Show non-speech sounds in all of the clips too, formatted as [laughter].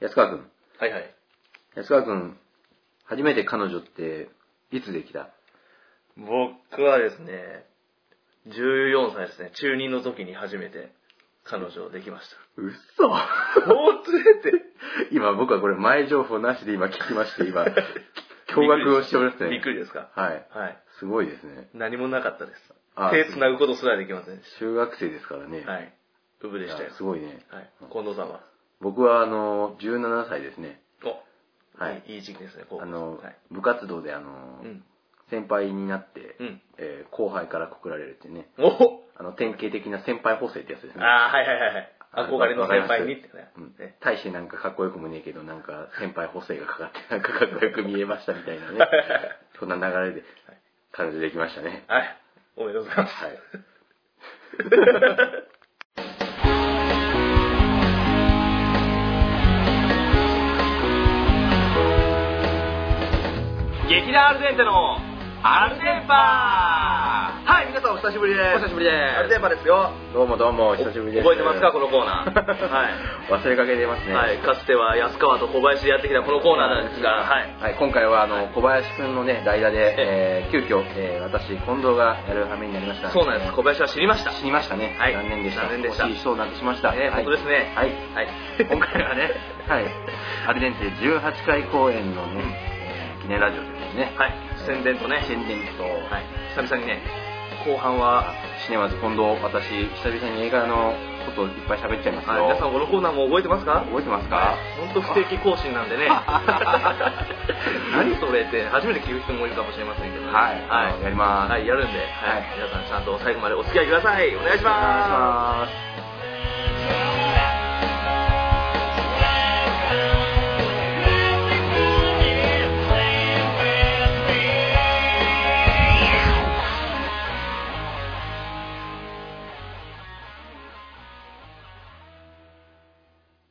安川君。はいはい。安川君、初めて彼女って、いつできた僕はですね、14歳ですね、中2の時に初めて彼女できまし嘘た。本当だって。 [laughs] 今僕はこれ前情報なしで今聞きまして、 [laughs] 今、驚愕をしておりますね。びっくりですかはい。はい。すごいですね。何もなかったですあ。手繋ぐことすらできませんでし中学生ですからね。た。はい。うぶいでやしたよ。すごいね。はい。近藤さんは。僕はあの、17歳ですね。お、はいい、いい時期ですね、こう。あの、はい。部活動であの、うん。先輩になって、うん。えー後輩から告られるっていうね。おあの、典型的な先輩補正ってやつですね。ああ、はいはいはいはい。憧れの先輩にってねうんね。大してなんかかっこよくもねえけど、なんか先輩補正がかかって、なんかかっこよく見えましたみたいなね。 [laughs] そんな流れで、彼女できましたね。はい。おめでとうございます。はい。 [laughs] 劇団アルデンテのアルデンパーはい、皆さんお久しぶりでお久す。しぶりですアルデンパーですよ。どうもどうも、お久しぶりです。覚えてますか、このコーナー。 [laughs] ははい。忘れかけてますい。ね。はい、かつては安川と小林でやってきたこのコーナーなんですが、はい。はい、今回はあの小林くんのね代打で、えー急遽、えー私近藤がやる羽目になりましたそうなんです、小林は知りました。死にましたね、はい残念でした残念でした惜しい人を亡くしました、ねはい本当ですねはい、 [laughs] はい。 [laughs] 今回はね、はい、アルデンテ18回公演のね、えー記念ラジオですねはい、宣伝とね、宣伝と、はい、久々にね、後半は、シネマズ近藤私久々に映画のこといっぱい喋っちゃいますよ、はい、皆さんこのコーナーも覚えてますか覚えてますか本当不定期更新なん [laughs] でね何それって初めて聞く人もいるかもしれませんけどね、はい、あのはやりまい、す、はい、やるんで、はいはい皆さんちゃんと最後までお付き合いくださいお願いしお願いしまますす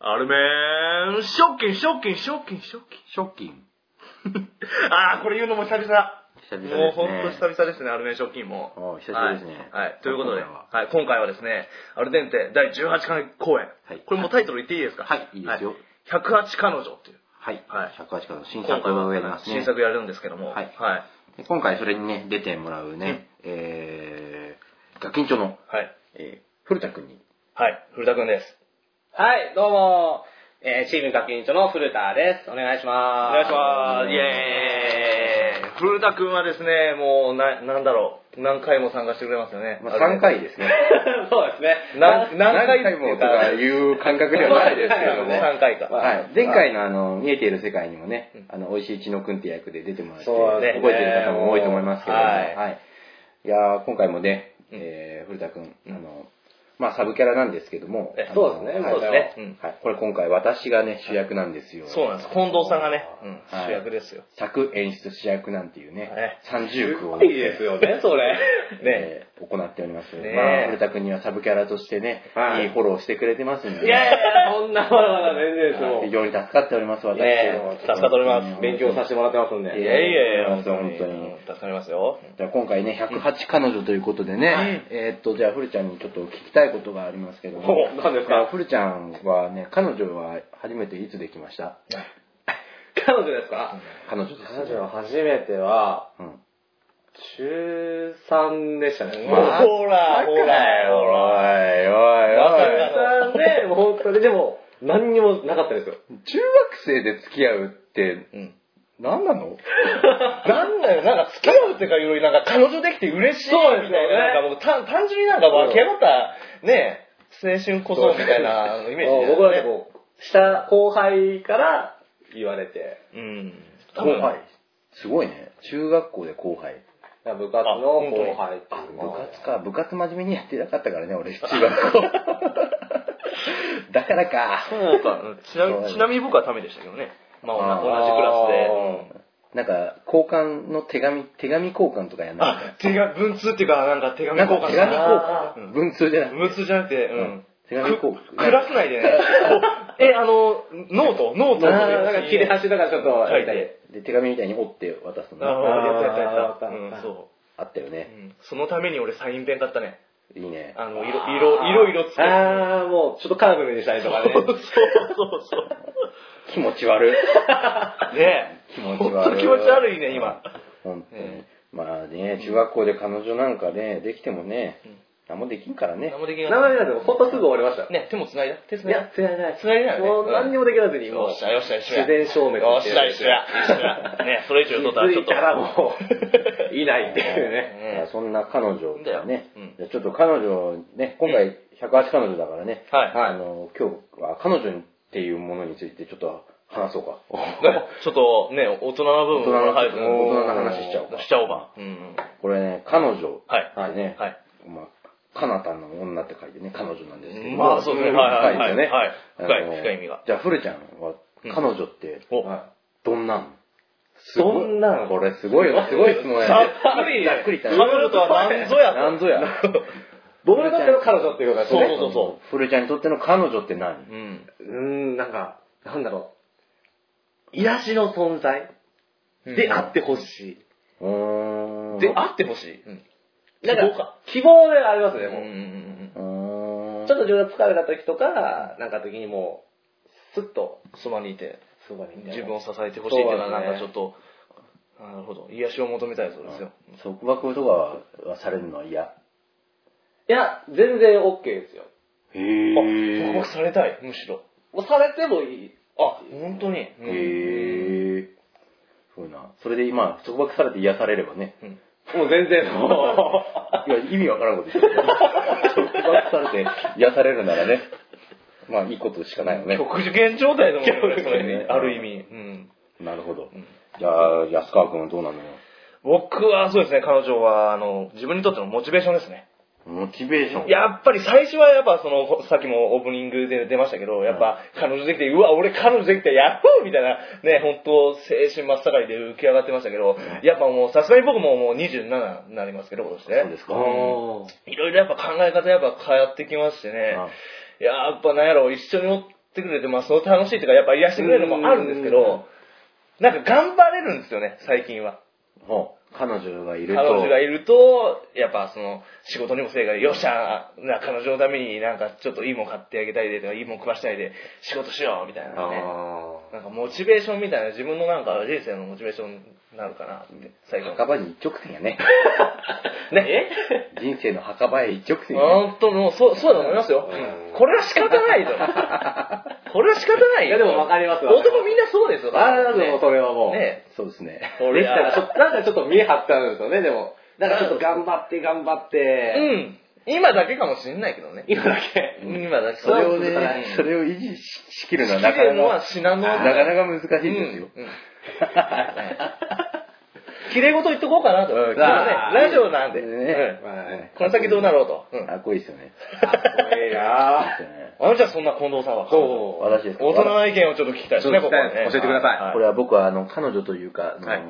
アルメンショッキンショッキンショッキンショッキンショッキング [laughs] ああこれ言うのも久々久々ですねもうほんと久々ですねアルメンショッキンもおう久々ですねはい、はいということで今回ははい、今回はですねアルデンテ第18回公演、はいこれもうタイトル言っていいですかはいいいですよ108彼女っていうはい、はい108からの新今作回をはやりますね新作やるんですけどもはいはいで今回それにね出てもらうね、えー、ガキンチョの、はいえー、古田君にはい、古田くんです。はい、どうも、えーチーム学院長の古田です。お願いしおます。願いします。イエーイ古田くんはですね、もう、な、なんだろう、何回も参加してくれますよね。まあ、3回ですね [laughs] そうですね。何何回っていもうとかかいう感覚ではないですけれども、 3回か。はい、前回のあの見えている世界にもね、あの美味しい一のくんって役で出てもらって、そうですね覚えてる方も多いと思いますけれども、ははいいいやー今回もね、えー古田君、あのまあ、サブキャラなんですけどもえ、そうであすねのそうですねはいうんはいこれ今回私がね、主役なんですよ。そうなんです。近藤さんがね、うんはい主役ですよ。作演出主役なんていうね、は三い重苦をいいですよね、それ。ね。えー行っております、ねえまあ、古田君にはサブキャラとしてね、はいい、いフォローしてくれてますんで、ねいやいや、そんなまだまだ全然ですはい非よ。常に助かっております、私。ねえ助かっております勉強させてもらってますんいいで。やいやいや、本本当当にに。うん助かりますよ。じゃあ今回ね、108彼女ということでね、えーっと、じゃあ、古ちゃんにちょっと聞きたいことがありますけども、お何ですまあか古ちゃんはね、彼女は初めていつできました彼女ですか彼女です。彼女の初めては、うん。中3でしたね。ほら、ほら、ほら。おいおいおい。中3で、もう本当に、でも、何にもなかったですよ。中学生で付き合うって、うん何なの [laughs] なんだよ、なんか付き合うっていうかより、なんか彼女できて嬉しいみそうたでいすよねな、なんかもう単単純になんか分けまた、ね、青春こそみたいなイメージだよね僕はね、こう、下、後輩から言われて、うん。後輩。すごいね。中学校で後輩。部活の後輩っていう部のは活か。部活真面目にやってなかったからね、俺、中学校。だからか。そうか、うんちなちなみに僕はためでしたけどね。まああ、同ーじクラスで。なんか、交換の手紙、手紙交換とかやんなかっあ、手が、文通っていうか、なんか手た紙なんか交手換紙し交た換文通じゃなうくんて文通じゃなくて、うん。手紙交換。クラス内でね、こうえ、あの、ノート、ノートあーなんか切れ始端とかちょっと書書いいてて。で、手紙みたいに折って渡すああ、のねやったやったやった。あーうん、そう。あったようね。んそのために俺サインペン買ったね。いいね。あの、色、あー色、色々つける。あー、もう、ちょっとカラフルにしたりとかね。そうそう気持ち悪い。そう。ね気持ち本悪当い。気持ち悪いね、今。。本当にね。まあね、中学校で彼女なんかね、できてもね、何もできんからね。何もできな名かっ前なんでも、ほんとすぐ終わりました。た。ね、手も繋いだ手い繋いだや、つらいない。繋いだよねもう何にもできなずに、もうよっしゃ、よっしゃ、よっしゃ。自然消滅よっっしていうゃ、よっしゃ。ね、それ以上取ったらちょっと。気づいたらもう、いないっていうね。ねそんな彼女がねうん、じゃあちょっと彼女、ね、今回108彼女だからね、はいあの、今日は彼女っていうものについてちょっと話そうか。ね [laughs] ちょっとね、大人の部分大人のはい大人の話しちゃおうかしちゃおうか。うんうん。これね、彼女はいってね、はいまあ、かなたの女って書いてね、彼女なんですけど、まあそうですねはいはいはい深ですよねはい深いあの深い意味がじゃあ、フルちゃんは、彼女って、お、どんなんどんなんすごいこれすごいよ、すごい質問やざっね。くり、ざっくりだね彼女とは何ぞやと。なんぞや。僕にとっての彼女っていうことですね。そうそうそフルちゃんにとっての彼女って何うん。うーん、なんか、なんだろう。癒しの存在であってほしうーん。で、あってほしい。うん。い。なんか希望か、希望でありますね、うんうんもう。うんうーん。ちょっと情熱疲れた時とか、なんか時にもう、スッと、うん。そばにいて、そばにいて自分を支えてほしいっていうのは、そうでなすねんかちょっと、なるほど。癒しを求めたいそうですよ。束縛とかはされるのは嫌。いや、全然 OK ですよ。へあ、僕はされたい、むしろ。もうされてもいい。あ、本当に。うんへえ。そうやな。それで今、束縛されて癒されればね。うんもう全然いもや、意味わからんこと言ってる。束縛されて癒されるならね。まあ、いいことしかないよね。 [laughs] 極限状態だもんね、これそれねうんある意味。うん。なるほどん。じゃあ、安川君はどうなのよ。僕はそうですね、彼女は、あの、自分にとってのモチベーションですね。モチベーション。やっぱり最初はやっぱその、さっきもオープニングで出ましたけど、やっぱ彼女できて、うわ、俺彼女できて、やっほーみたいな、ね、本当青春真っ盛りで浮き上がってましたけど、やっぱもうさすがに僕ももう27になりますけど、今年ね。そうですか。う。いろいろやっぱ考え方やっぱ変わってきましてねあ、やっぱなんやろ、一緒におってくれて、まあその楽しいとか、やっぱ癒してくれるのもあるんですけど、なんか頑張れるんですよね、最近は。ほう彼女がいると。彼女がいると、やっぱその、仕事にも成果で、よっしゃ、な彼女のためになんかちょっといいもん買ってあげたいでとか、いいもん食わしたいで、仕事しようみたいなね。あなんかモチベーションみたいな、自分のなんか人生のモチベーションになるかなって、最ー後。墓場に一直線や [laughs] ね。ね人生の墓場へ一直線やね。 [laughs] 本当もう、そう、そうだと思いますよ。うんこれは仕方ない [laughs] と。これは仕方ないいよ。や、でも分かりますわ。男みんなそうですよ。ああ、でもそれはもう。ねそうですね。俺できたらちょっと、なんかちょっと見え張っちゃうんですよね、でも。なんかちょっと頑張って頑張っうて。ん。今だけかもしれないけどね。今だけ。今だけ。それをそうですねね、それを維持ししきるのはななかかななのはか、至難のなかなか難しいですよ。うんうん綺麗事言っとこうかなと。うんねラジオなんで。ねうんはいこの先どうなろうと。うんかっこいいですよね。ええなそうですよねあのちゃんそんな近藤さんは。そ私ですか大人の意見をちょっと聞きたいですね、こそうこは聞きたいね。教えてくださいはこれは僕はあの彼女というか、あのはい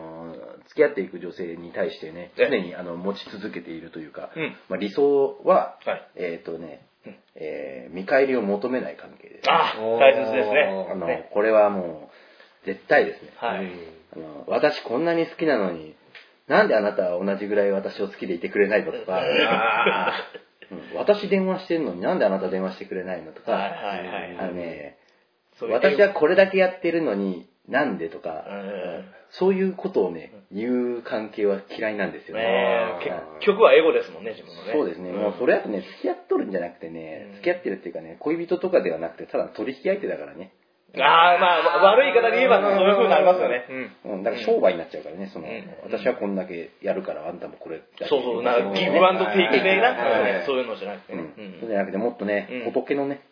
付き合っていく女性に対してね、え常にあの持ち続けているというか、うんまあ、理想は、はいえっ、とねうん、えー見返りを求めない関係です。ああ、大切ですね。あのねこれはもう絶対ですね、はい。あの私こんなに好きなのになんであなたは同じぐらい私を好きでいてくれないのとか、あうん私電話してんのになんであなた電話してくれないのとか、はいはいはいあのねそういう私はこれだけやってるのになんでとか、うんそういうことをね言う関係は嫌いなんですよね、ねあー結局はエゴですもんね、自分のね。そうですね、もうそれだとね付き合っとるんじゃなくてね、うん付き合ってるっていうかね恋人とかではなくてただの取引相手だからね、ああ、まあ、わ悪い言い方で言えばそういう風になりますよね。うんうん、だから商売になっちゃうからね、その、うん私はこんだけやるからあんたもこれだけそうそう、なんかギブアンドテイクでなはいはいそういうのじゃなくてうね。んうそうんじゃなくてもっとね、うん仏のね、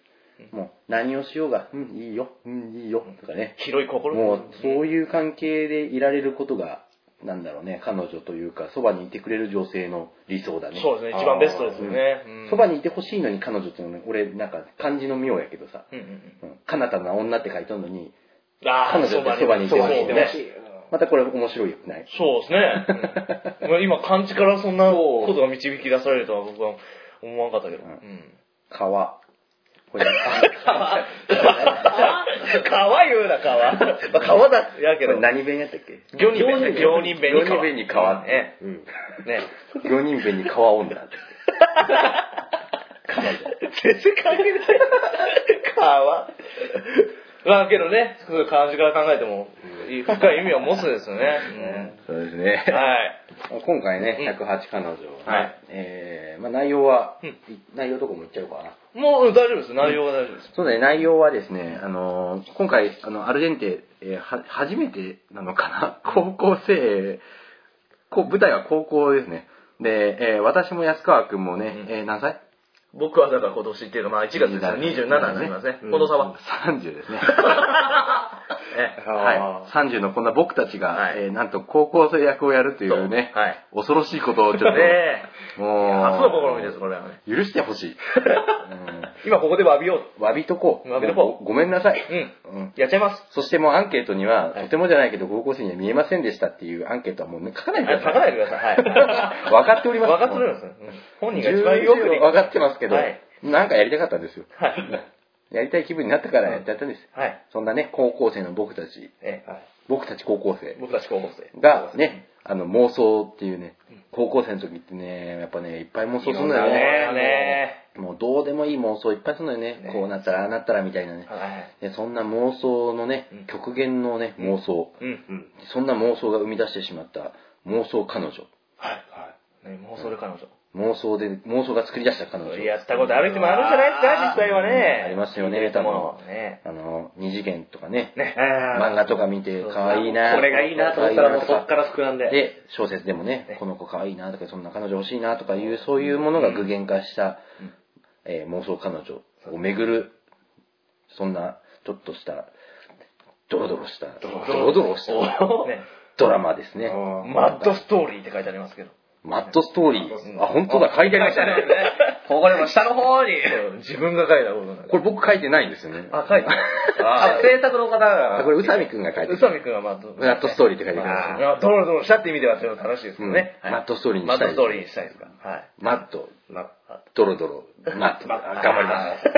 もう何をしようが、うん、いいよ、うん、いいよ、とかね、広い心。もうそういう関係でいられることが、なんだろうね、彼女というか、そばにいてくれる女性の理想だね。そうですね、一番ベストですよね。そばに。にいてほしいのに彼女っていうのはね、俺なんか漢字の妙やけどさ、うんうんうんうん、かなたな女って書いとんのに、ああ、彼女ってそばにいてほしいそうよでねすね。。またこれ面白いよないそうですね。うん今、漢字からそんなことが導き出されるとは僕は思わなかったけど。うん [laughs] うん川。 [laughs] これ、川言うな、川。まあ川だってやけこれど。何弁やったっけ行人弁ね行人弁に川行人弁に川って。ねうんね。行人弁に川女。ないじゃん。全然関係ない。かわまあけどね、そういう感じから考えても、深い意味を持つんですよね。そうですうん、ね。はい。今回ね、うん108彼女はね、はいえーまあ、内容は、うんい内容とかも言っちゃおうかな。もううん大丈夫です。内容は大丈夫です。そうだね、内容はですね、あのー今回、あの、アルデンテ、えーは、初めてなのかな [laughs] 高校生、こう舞台は高校ですね。で、えー私も安川くんもね、うんえー何歳僕はだから今年っていうか、まあ1月ですから27になりますね。この差は。 ?30 です [laughs] ね。ねはあい。30のこんな僕たちが、はいえーなんと高校生役をやるというね、はい。恐ろしいことをちょっと、 [laughs] [laughs] ねえ。初のも試みです、う、これはね。許してほしい。今ここで詫びよう。うん、詫びとこう。 [laughs] 詫びとこう。ごめんなさい。ううん。んやっちゃいます。そしてもうアンケートには、はいとてもじゃないけど高校生には見えませんでしたっていうアンケートはもうね書かないでくだ書さい。かないでください。はい。 [laughs] 分かっております。分かっております。うん本人が一番よく理解分かってますけど、はい。なんかやりたかったんですよ。はい。やりたい気分になったからやったんです。はい。そんなね、高校生の僕たち、ええはい僕たち高校生僕たち高校生。がね、あの妄想っていうね、高校生の時ってね、やっぱね、いっぱい妄想するんだよねね。ねもうどうでもいい妄想いっぱいするのよね。ねこうなったら、ああなったらみたいなね。はい。でそんな妄想のねうん、極限のね、妄想。うん。うん。そんな妄想が生み出してしまった妄想彼女。はい。はい。ね、妄想で彼女。妄想で、妄想が作り出した彼女。やったことある人もあるんじゃないですか、実際はね。うんありますよね見てる人も多分ね。あの、二次元とかね、ね。漫画とか見て、そう可愛いな。これがいいなと思ったらもうそっから膨らんで。で、小説でもねね、この子可愛いなとか、そんな彼女欲しいなとかいう、そういうものが具現化した、えー妄想彼女を巡る、そんな、ちょっとした、ドロドロした、ドロドロしたうね。ドラマですね。マッドストーリーって書いてありますけど。マッドストーリー。あ、本当だ、書いてありましたね。ここでも下の方に。自分が書いたことなんこれ僕書いてないんですよね。あ、書いてあ、制作の方あが。これ宇佐美くんが書いて宇る。佐美くんはマッド。マッドストーリーって書いてああーる。まあドロドロしたって意味ではそれは楽しいですけどね。うんはいマッドストーリーにマしッたいドストーリーにしたいですか。はい。マッド、まあドロドロ、マッド。頑張ります。 [laughs]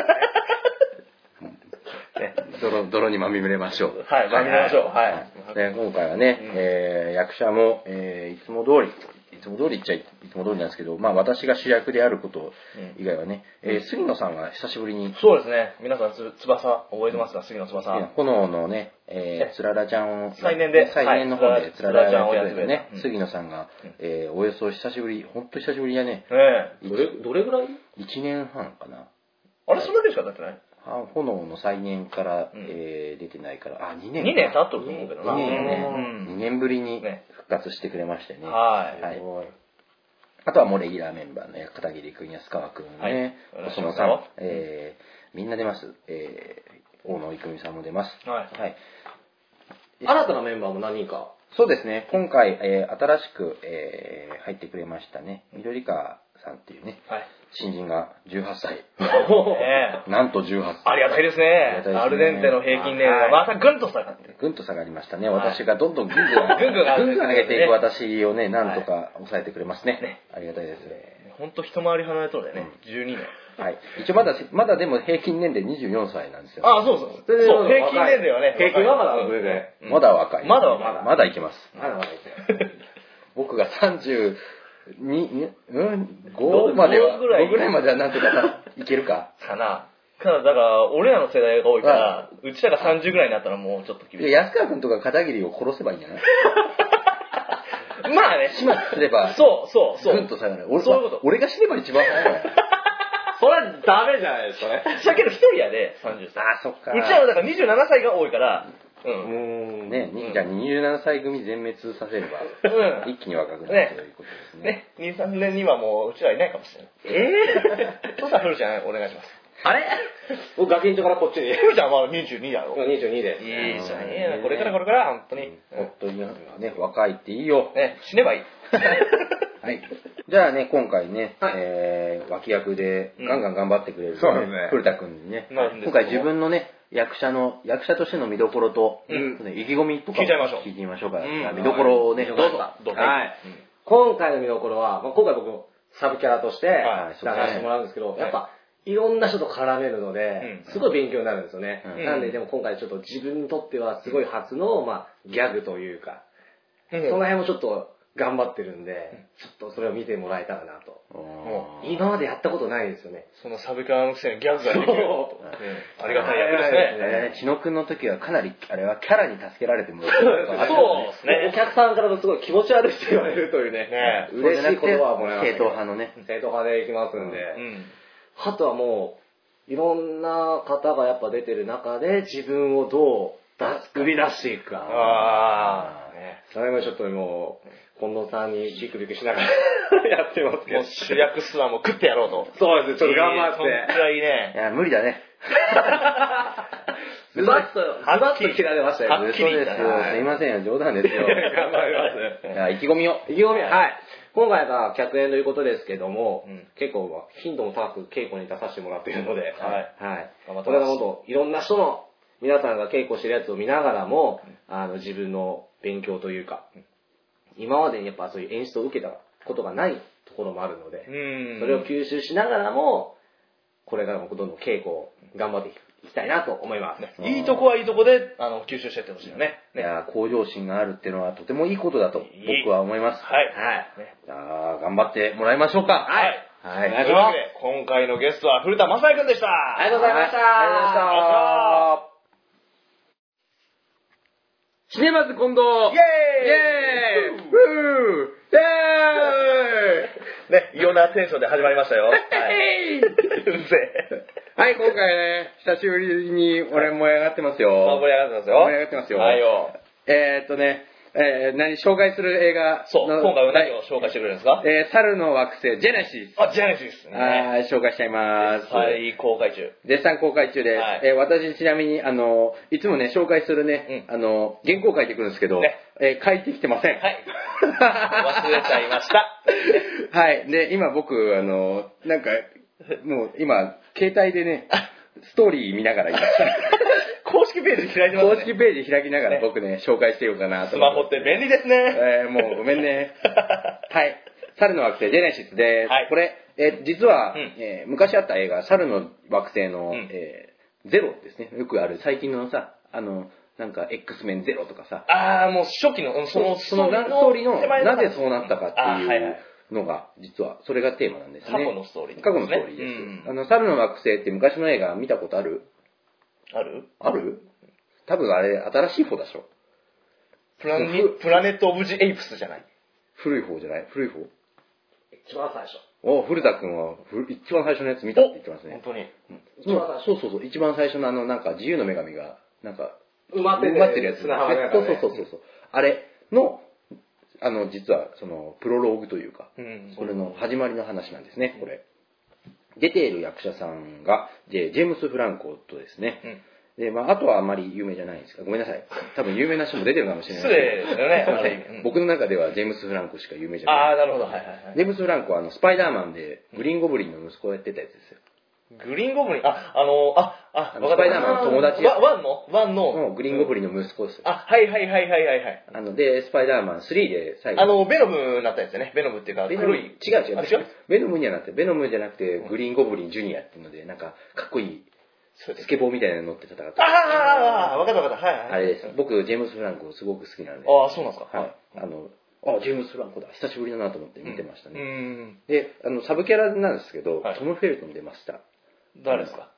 ドロドロにまみれましょう。はい、まみれましょう。はい。ね、今回はね、えー役者も、えーいつも通り、いつも通り言っちゃいいつも通りなんですけど、まあ私が主役であること以外はね、えー杉野さんが久しぶりに、そうですね。皆さん、つ翼、覚えてますか杉野翼。炎のね、えー、つららちゃんを、最年で最年の方はいでつららちゃんをつらやらっちゃんをやっててくくれれたたねう、ん杉野さんが、えーおよそ久しぶり、ほんと久しぶりやね、ええ。どれ、どれぐらい1年半かな。あれ、それだけしか経ってないあ炎の再燃から、うんえー出てないから、あ、2年 ?2 年経っとると思うけどな。 2年やね、う2ん年ぶりにね復活してくれましてね。はい。はいあとはもうレギュラーメンバーのね片桐君、安川君はいね、よろしく細お願野いしさまんす、えーみんな出ます。えー大野育美さんも出ます。はいはい。新たなメンバーも何人か。そうですね、今回、えー新しく、えー入ってくれましたね、緑川さんっていうね、はい。新人が18歳。 [laughs] ええ。なんと18歳。ありがたいですりねがたいですね。アルデンテの平均年は齢いがまたぐんと下がってる。ぐんと下がりましたね。はい私がどんどんぐんぐん上げ [laughs] ぐんぐん上ぐげてんぐん上げていくね私をね、なんとか抑えてくれますね。ねありがたいです。ほんと一回り離れとるんだよね。12年。はい。一応まだ、まだでも平均年齢24歳なんですよ。あ、そうそう。そう、平均年齢はね。平均はまだうん上で。まだ若い。まだ若いまだまだいけます。まだまだい僕が32、にうん、ど5までは、どうぐらい5ぐらいまではなんとかいけるか。かな。ただ、だから、俺らの世代が多いから、うちらが30ぐらいになったらもうちょっと厳しでい。安川君とか片桐を殺せばいいんじゃ [laughs] ないまあね。始末すれば、そうそうそう。ぐんと下がる。俺そういうこと俺が死ねば一番早いから。それダメじゃないですかね。だけど一人やで、30歳。あ、そっか。 [laughs] うちらはだから27歳が多いから、う。うんーん。ね、うんじゃあ27歳組全滅させれば、うん。一気に若くなるねということですね。ね、2、3年にはもううちらいないかもしれない。え父さん、 [laughs] 古ちゃんお願いします。あれ僕、ガキンチョからこっちに。古ちゃんはまだ22やろ。い22でいす。じゃん、いいな。これからこれから、本当に。本当にね、若いっていいよ。ね、死ねばいい。はい。じゃあね、今回ね、はいえー脇役でガンガン頑張ってくれる、そうですね古田君にね、なるんです今回けど自分のね、役者の、役者としての見どころと、うんその意気込みとか聞いちゃいましょう聞いてみましょうか。うん見どころをね、どうぞどうぞはい。今回の見どころは、まあ、今回僕、サブキャラとしてはい流してもらうんですけど、はいやっぱ、いろんな人と絡めるので、うんすごい勉強になるんですよね。うんなんで、でも今回ちょっと自分にとってはすごい初の、まあ、ギャグというか、うんその辺もちょっと頑張ってるんで、ちょっとそれを見てもらえたらなと。も今までやったことないですよね。そのサブカラのくせにギャグができるとそうねありがたい役ですね。えー、千野くんの時はかなり、あれはキャラに助けられてもらっそうですおね。客さんからのすごい気持ち悪いって言われるというね。ねそうじ嬉ゃしないくて言葉はもらいま正した統けど派のね。正統派でいきますんで。うん。あとはもう、いろんな方がやっぱ出てる中で自分をどう出組み出していくか。ああ、ね。それもちょっともう、近藤さんにビクビクしながら [laughs] やってますけもう。ど主役すらも食ってやろうと。そうです、ちょっと頑張っそんくて。らいいね。や、無理だね。ズバッと、ズバッと切られましたはよっね。き嘘りで言すったよ。なすいませんよ、冗談ですよ。頑張ります。いや、意気込みを。意気込みはい。今回が客演ということですけども、うん結構まあ頻度も高く稽古に出させてもらっているので、はいはい。頑張ってますこれがもっといろんな人の皆さんが稽古してるやつを見ながらも、あの自分の勉強というか、今までにやっぱそういう演出を受けたことがないところもあるのうで、ん。それを吸収しながらも、これからもどんどん稽古を頑張っていきたいなと思います。ねいいとこはいいとこで、あの、吸収してってほしいよね。いね。や、向上心があるっていうのはとてもいいことだといい僕は思います。はい。はい。ねじゃあ、頑張ってもらいましょうか。はい。はおい。願いしというわまけで、今回のゲストは古田正也くんでした。ありがとうございました。ありがとうございましたあシネマズ近藤イェーイイェーイふうね、異様なテンションで始まりましたよ。はい。イェーイうるせえ。はい、今回ね、久しぶりに俺も上がってますよ。盛り上がってますよ。盛り上がってますよはいよ。えー、っとね、えー、何、紹介する映画の。そう、今回は何いを紹介してくれるんですかえー、猿の惑星、ジェネシあ、ジェネシスス。ね。はい、紹介しちゃいます。最公開中。絶賛公開中です。はいえー私ちなみに、あの、いつもね、紹介するね、うあの、原稿書いてくるんですけど、ねえー書いてきてません。はい。忘れちゃいました。 [laughs] はい。で、今僕、あの、なんか、もう今、携帯で [laughs] ね、ストーリー見ながら今、公式ページ開いてま [laughs] 公すね。式ページ開きながら僕ね、紹介してようかなとス思マって。ホって便利ですね。えーもうごめん [laughs] ね。はい。猿の惑星ジェネシスです。はいこれ、えー実は、うんえー昔あった映画、猿の惑星の、うんえーゼロですね。よくある最近のさ、あの、なんか X メンゼロとかさ、あー、もう初期の、うんその、そのなストーリーの手前なぜそうなったかあってーはいはいいうのが、実はそれがテーマなんですね。過去のストーリーって過こ去とのでスすトーねリーです。うんあの、猿の惑星って昔の映画見たことあるあるある多分あれ、新しい方でしょ。プラネそうプラネット・オブ・ジ・エイプスじゃない古い方じゃない古い方一番最初。お、古田くんは、ふ一番最初のやつ見たって言ってますね本。当に。一番最初そうそうそう、一番最初のあの、なんか自由の女神が、なんか、埋まっててるやつ。砂浜の中そうでそうそうそうそう。あれの、あの、実は、その、プロローグというか、うんそれの始まりの話なんですね、これ。出ている役者さんが、でジェームス・フランコとですね。で、まあ、あとはあまり有名じゃないんですか。ごめんなさい。多分有名な人も出てるかもしれない失礼でですすけよど。 [laughs] ねすいませあのうんん。僕の中ではジェームス・フランコしか有名じゃない。あー、なるほど。はいはいはい。ジェームス・フランコはあの、スパイダーマンで、グリーン・ゴブリンの息子をやってたやつですよ。グリーンゴブリン、あ、あの、あ、あ、あのわかっスた。パイダーマンの友達ワワンのワンのの。グリーン・ゴブリリンの息子ですよ。あ、はいはいはいはいはいはい。あの、で、スパイダーマン3で最後。あ、の、ベノムになったやつね。ベノムっていうか、ベノム黒違うい。違うあ、違うベノムにはなって、ベノムじゃなくて、グリーンゴブリンジュニアっていうので、なんか、かっこいい、そうでスす。ケボーみたいなの乗って戦ってた。あー、わかったわかった。はいはい。あれです。僕、ジェームス・フランコすごく好きなんで。あー、そうなんですか。はい。あの、あ、ジェームス・フランコだ。久しぶりだなと思って見てましたうね。ん。で、あの、サブキャラなんですけど、はいトム・フェルトン出ました。誰ですか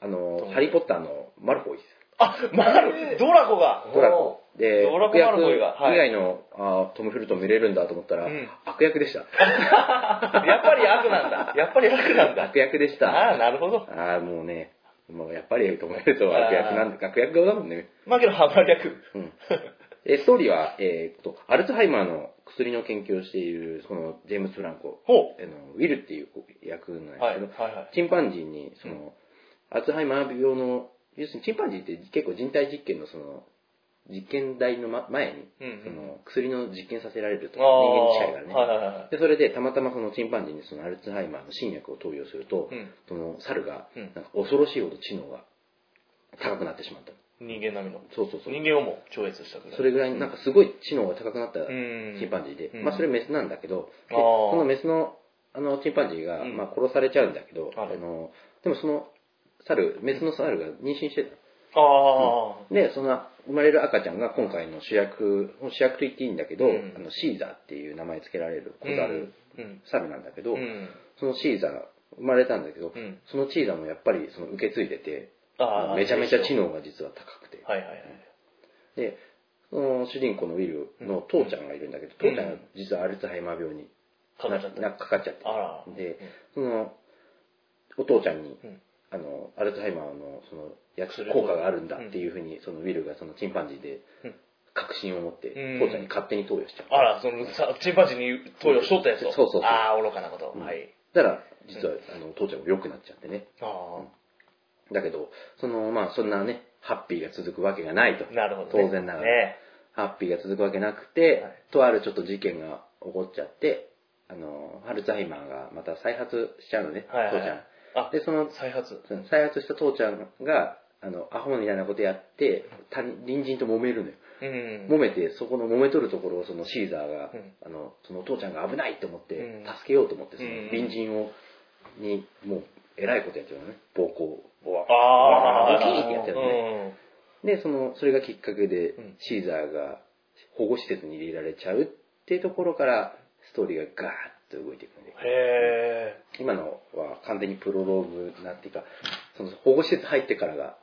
あの、ハリー・ポッターのマルフォイです。あ、マル、ドラゴが。ドラコ。で、ドラ悪コマルフォ役以イがはい外の、あートム・フェルトン見れるんだと思ったら、うん悪役でした。 [laughs] [laughs] やっぱり悪なんだ。やっぱり悪なんだ悪。役でした。あー、なるほど。ああ、もうね、もうやっぱりトム・フェルトは悪役なんだ、悪役だもんね。まあけど、ハマり役。 [laughs] うん。え、ストーリーは、えーっと、アルツハイマーの薬の研究をしている、その、ジェームス・フランコ、ほあのウィルっていう役なんですう。はいけはいど、はい。チンパンジーに、その、アルツハイマー病の、要するにチンパンジーって結構人体実験のその、実験台の、ま、前に、うんうんその、薬の実験させられると、あー人間に近いからね。はいはいはい。で、それでたまたまそのチンパンジーにそのアルツハイマーの新薬を投与すると、うんその猿がうんなんか恐ろしいほど知能が高くなってしまった。人間並みの。そうそうそう。人間をも超越したぐらい。それぐらいなんかすごい知能が高くなったんチンパンジーで、うんまあそれメスなんだけど、であーそのメスのあのチンパンジーが、うんまあ、殺されちゃうんだけど、ああらのでもその猿、メスの猿が妊娠してた。ああ。で、その生まれる赤ちゃんが今回の主役、主役と言っていいんだけど、うんあのシーザーっていう名前付けられる小うん猿、うん猿なんだけど、うんそのシーザーが生まれたんだけど、うんそのシーザーもやっぱりその受け継いでて、あーめちゃめちゃ知能が実は高くて、はいはいはいで、その主人公のウィルの父ちゃんがいるんだけど、うん父ちゃんが実はアルツハイマー病にかかっちゃったななかかっちゃって、あらで、その、お父ちゃんに、うんあの、アルツハイマーの、その、やつ薬効果があるんだっていうふうに、そのウィルがそのチンパンジーでうん、確信を持って、うん父ちゃんに勝手に投与しちゃう。あらそのさチンパンジーに投与しとったやつをそうそうそうああ愚かなこと、はいだから、実は、あの、父ちゃんも良くなっちゃってね。あだけど、その、まあ、そんなね、ハッピーが続くわけがないと。あなるほど、ね、当然ながら。ねハッピーが続くわけなくて、はいとあるちょっと事件が起こっちゃって、あの、アルツハイマーがまた再発しちゃうのね、はいはい父ちゃん。あで、その再発その再発した父ちゃんが、あの、アホみたいなことやって、他人隣人と揉めるのよ。うん揉めて、そこの揉めとるところを、そのシーザーが、うんあの、その父ちゃんが危ないって思って、うん助けようと思って、そのうん隣人を、に、もう、えらいことやってるのね、暴行。ああわー大きいってやってるねで、その、それがきっかけでん、シーザーが保護施設に入れられちゃうっていうところから、ストーリーがガーッと動いていくので、うん、へえ今のは完全にプロローグなんていうか、その保護施設入ってからが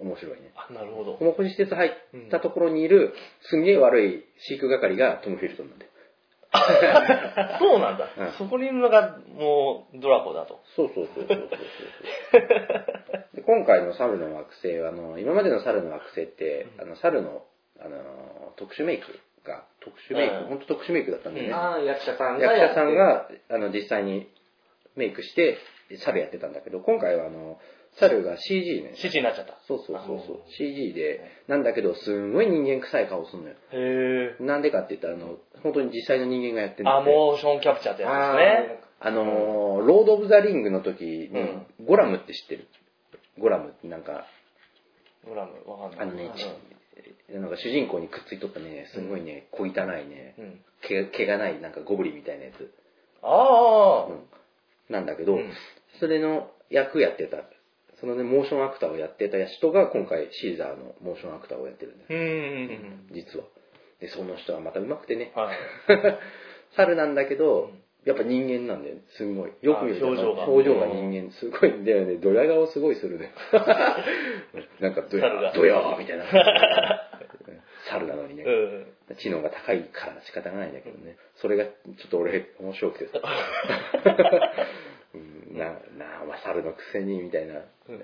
面白いね。あなるほど保護施設入ったところにいる、すんげえ悪い飼育係がトム・フィルトンなんで。そうなんだ、うんそこにいるのがもうドラゴだとそうそうそうそうそうそう。で今回の猿の惑星は、あの、今までの猿の惑星って、あの、猿の、あの、特殊メイクが、特殊メイク、うん本当特殊メイクだったんだよね。ああ、役者さんが役やっ者てさん、があの実際にメイクして猿やってたんだけど今回はあの猿が CG ね指示になっちゃったそうそうそうあそのう CG でなんだけどすんごい人間臭い顔するのよへえなんでかって言ったらあの本当に実際の人間がやってるんだあよねモーションキャプチャーってやつですねあのーロード・オブ・ザ・リングの時に、うんゴラムって知ってるゴラムってなんかグラムわかんなあいのねうん、なんか主人公にくっついとったねすごいね小汚いね、うん毛毛がないなんかゴブリンみたいなやつああ、なんだけど、うんそれの役やってた、そのね、モーションアクターをやってた人が今回シーザーのモーションアクターをやってるんだよ、うん、うん実は。で、その人はまた上手くてね、はい、猿なんだけど、やっぱ人間なんだよね、すごい。よく見るとあ表情が表情が人間、すごいんだよね、ドヤ顔すごいする [laughs] ね。なんかドヤ猿が、ドヤーみた [laughs] いな。猿なのにねう。ん、知能が高いから仕方がないんだけどね。それがちょっと俺面白くて [laughs] さ。うんな、なあ、お前猿のくせに、みたいな。うん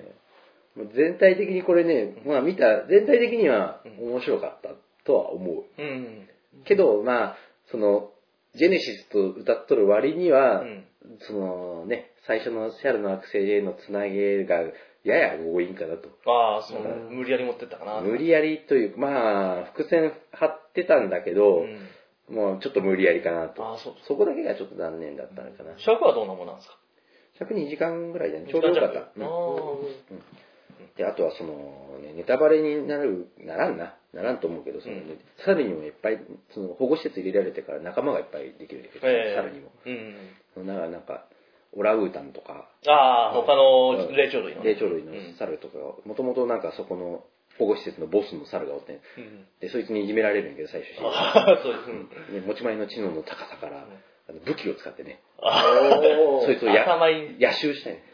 もう全体的にこれね、まあ見た、全体的には面白かったとは思う。うん、けど、まあ、その、ジェネシスと歌っとる割には、うんそのね、最初のシャルの惑星へのつなげがやや強引かなと。ああ、そう、無理やり持ってったかな。無理やりというか、まあ、伏線張ってたんだけど、うんもうちょっと無理やりかなと。ああ、そう。そこだけがちょっと残念だったのかな。尺はどんなもんなんですか約2時間ぐらいだね。ちょうどよかった。あうんあで、あとはその、ね、ネタバレになる、ならんな。ならんと思うけど、その、うん猿にもいっぱい、その保護施設入れられてから仲間がいっぱいできるんだけど、ええ猿にも。うん。なんか、なんか、オラウータンとか、ああ、他うんの霊長類のね。霊長類の猿とかが、もともとなんかそこの保護施設のボスの猿がおって、うん。 [laughs] で、そいつにいじめられるんやけど、最終的に。ああ、そうです。うんね持ち前の知能の高さから、あの武器を使ってね、おーそいつをや頭いい夜襲したいね。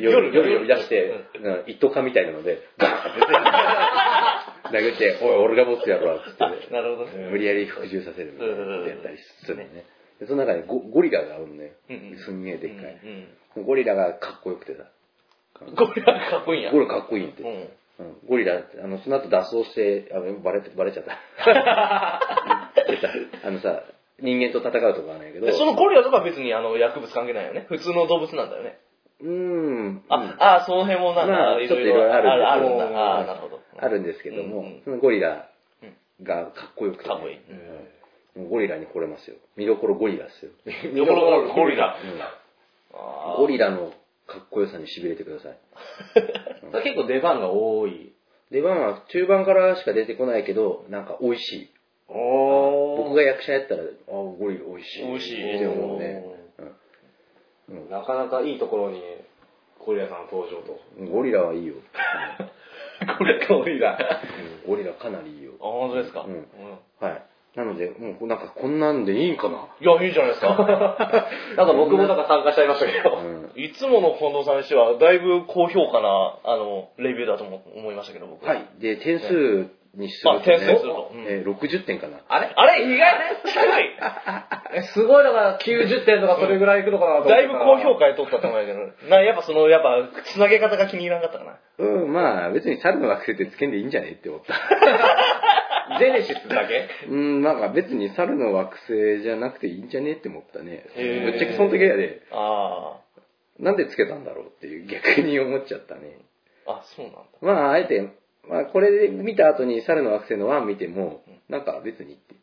夜、夜夜呼び出して、うん一斗缶みたいなので、ガーンって殴って、おい、俺が持つやろ、つってね、なるほどね。無理やり服従させるみたいなことやったりするのね。で、その中でゴゴリラがあるのねうんうん。すんげえでっかい。うんゴリラがかっこよくてさ、うん。ゴリラかっこいいんや。ゴリラかっこいいって。うん。うんゴリラ、あの、その後脱走して、あバレて、バレちゃ [laughs] った。出たあのさ、人間と戦うとかはないけど、でそのゴリラとかは別にあの薬物関係ないよね。普通の動物なんだよね。うーん。あ、ああ、その辺もなんまかあ、いちょっとろいいろいろろあるんですあるんだ。うんああ、なるほど。あるんですけども、うんうんそのゴリラがかっこよくて、かっこいいうんもうゴリラに惚れますよ。見どころゴリラ [laughs] ですよ。ところがゴリラ。うんああゴリラのかっこよさに痺れてくだ [laughs] さい。だから結構出番が多い。出番は中盤からしか出てこないけど、なんか美味しい。お僕が役者やったら、あゴリラ美味しい。美味しいって思うね。なかなかいいところに、ゴリラさん登場と。うんゴリラはいいよ。これかわいいな。ゴリラかなりいいよ。本当ですか。うんうんはい。なので、もうなんかこんなんでいいんか [laughs] [laughs] な。いや、いいじゃないですか。なんか僕もなんか参加しちゃいましたけうど。ん。 [laughs] いつもの近藤さんにしては、だいぶ高評価な、あの、レビューだと思思いましたけど、僕。はい。で、点数にすあ、るとね点、数すると。うんえー60点かな。あれあれ意外と高いえすごいだから90点とかそれぐらいいくのかなと思ってただらいぶ高評価で取ったと思うんだけど、な、やっぱその、やっぱ、つなげ方が気に入らなかったかな。うん、まあ別に猿の惑星ってつけんでいいんじゃねって思った。ゼネシスだけうん、なんか別に猿の惑星じゃなくていいんじゃねって思ったね。へーぶっちゃけその時はね、あなんでつけたんだろうっていう逆に思っちゃったね。あ。あ、そうなんだ。 [laughs] まああえて、まあこれで見た後に猿の惑星の1見ても、なんか別にって。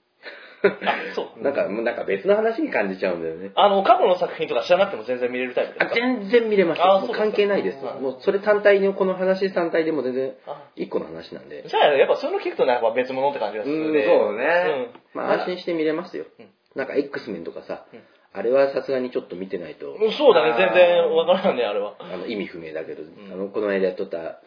あ、そ [laughs] う。なんか、もうなんか別の話に感じちゃうんだよね。あの、過去の作品とか知らなくても全然見れるタイプですか全然見れますもうあそうですか関係ないです。うんもうそれ単体の、この話単体でも全然あ一個の話なんで、じゃあ、やっぱそういうの聞くとね、やっぱ別物って感じがするね。うんそうねまあ安心して見れますようん。なんか X メンとかさうん、あれはさすがにちょっと見てないとう、んそうだね、あー全然わからんね、あれは。あの意味不明だけど、んあの、この間やっとった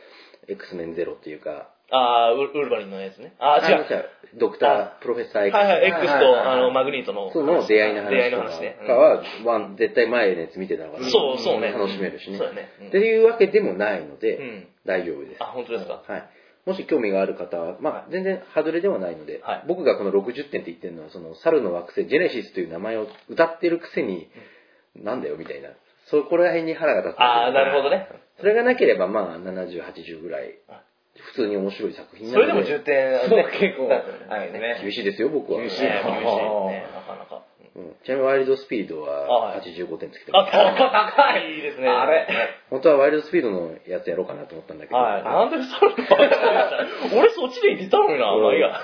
X メンゼロっていうか、ああ、ウウルヴァリンのやつね。ああ、違う。う。ドクター、プロフェッサー X はいはい、はい X はいとはいあのマグニートのその出会いの出会話いのと話ね。かは、ワン絶対前のやつ見てたかうら、んそう、そうね。楽しめるしねそうだね。っていうわけでもないのうで、ん。大丈夫ですあ、。本当ですか。はい、もし興味がある方は、まあ、全然ハズレではないので、はい僕がこの60点って言ってるのはその猿の惑星ジェネシスという名前を歌ってるくせに、なんだよみたいなそこら辺に腹が立つんですよああ、なるほどね。それがなければまあ7080ぐらい普通に面白い作品なそれでのもで10点、ね、そう結構だったよねはいね厳しいですよ僕は、厳しいねよ厳しいね、なかなか。うんちなみにワイルドスピードあははい85点つけてあ、ます高いですね。あれ本当はワイルドスピードのやつやろうかなと思ったんだけどはい。なんでそればっかりでした俺そっちで言ってたのにな。まあいいや。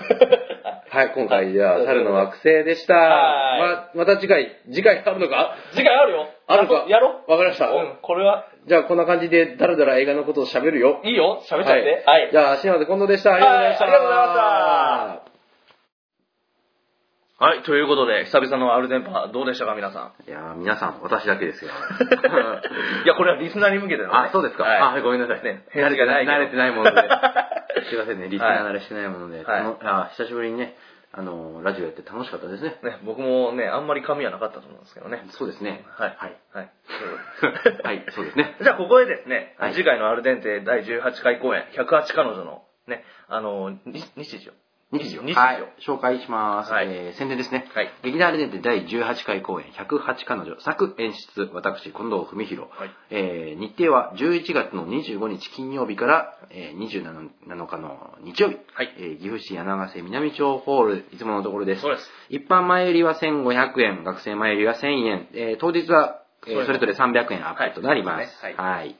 はい、今回じゃあ、猿の惑星でした。はま、また次回、次回あるのか次回あるよ。あるかやろわかりました。う。うん、これは、じゃあ、こんな感じで、だらだら映画のことを喋るよ。いいよ。喋っちゃって。はいじ。ゃあ、島津近藤でした。ありがとうございました。はいありがとうございました。はい、ということで、久々のアルデンパー、どうでしたか、皆さん。いやー皆さん、私だけ [laughs] ですよ。いや、これはリスナーに向けての、あ、そうですか。はいあ、ごめんなさい。ね慣れてない、慣れてないもの [laughs] で。すいませんね、リスナはーい慣れしてないもので。はいこのあ久しぶりにね、あのー、ラジオやって楽しかったですね。ね、僕もね、あんまり髪はなかったと思うんですけどね。そうですね。はい。はい。 [laughs] はい。はい、そうですね。じゃあ、ここでですね、はい次回のアルデンテ第18回公演、108彼女の、ね、あの、に日時を。日時を、日は時いを。、紹介します、はいえー宣伝ですね、はい劇団アルデンテ第18回公演108彼女作演出私近藤文弘、はいえー日程は11月の25日金曜日から、えー27 7日の日曜日、はいえー岐阜市柳ヶ瀬南町ホールいつものところですそうです一般前売りは1500円学生前売りは1000円、えー当日は、えーそうですそれぞれ300円アップとなります、はいはい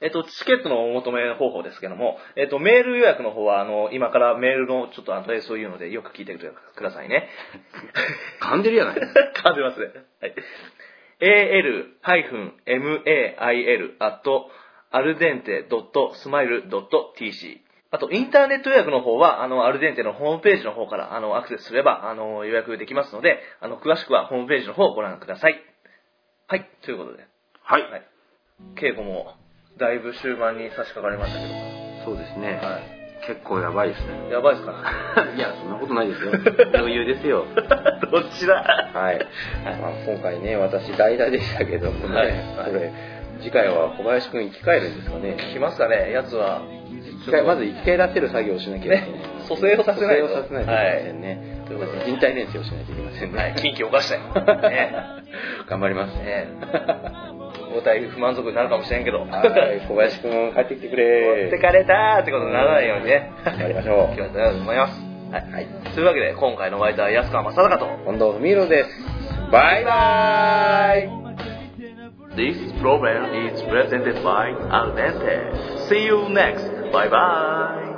えっと、チケットのお求め方法ですけども、えっと、メール予約の方は、あの、今からメールのちょっとアドレスを言うので、よく聞いてくださいね。噛んでるやない [laughs] 感じますね。はい。al-mail.ardente.smile.tc あと、インターネット予約の方は、あの、アルデンテのホームページの方から、あの、アクセスすれば、あの、予約できますので、あの、詳しくはホームページの方をご覧ください。はい、ということで、はい、はい。稽古も、だいぶ終盤に差し掛かりましたけど、そうですね、は結構やばいですねい。やばいっすかいや、そんなことないですよ。余裕ですよ。 [laughs] どっちだ [laughs] はい。まあ、今回ね、私代打でしたけどもね、はいこれ、次回は小林くん生き返るんですかね。聞きますかね、やつは。一回まず生き返らせる作業をしなきゃいけない。ね蘇生をさせないと蘇生をさせないといけませんね。ということで人体練習をしなきゃいけませんね。 [laughs] はい、近畿を犯したよ。ね頑張りますね。ね、お互い不満足になるかもしれんけど、はい、小林くん帰ってきてく持ってれ。かれたーってことにならないようにね、 [laughs] 頑張りましょ今日はたいと思います。はい、というわけで、今回のワイターは安川正隆と、う。近藤文宏です。バイバーイ This program is presented by Al Dente. See you next. Bye bye.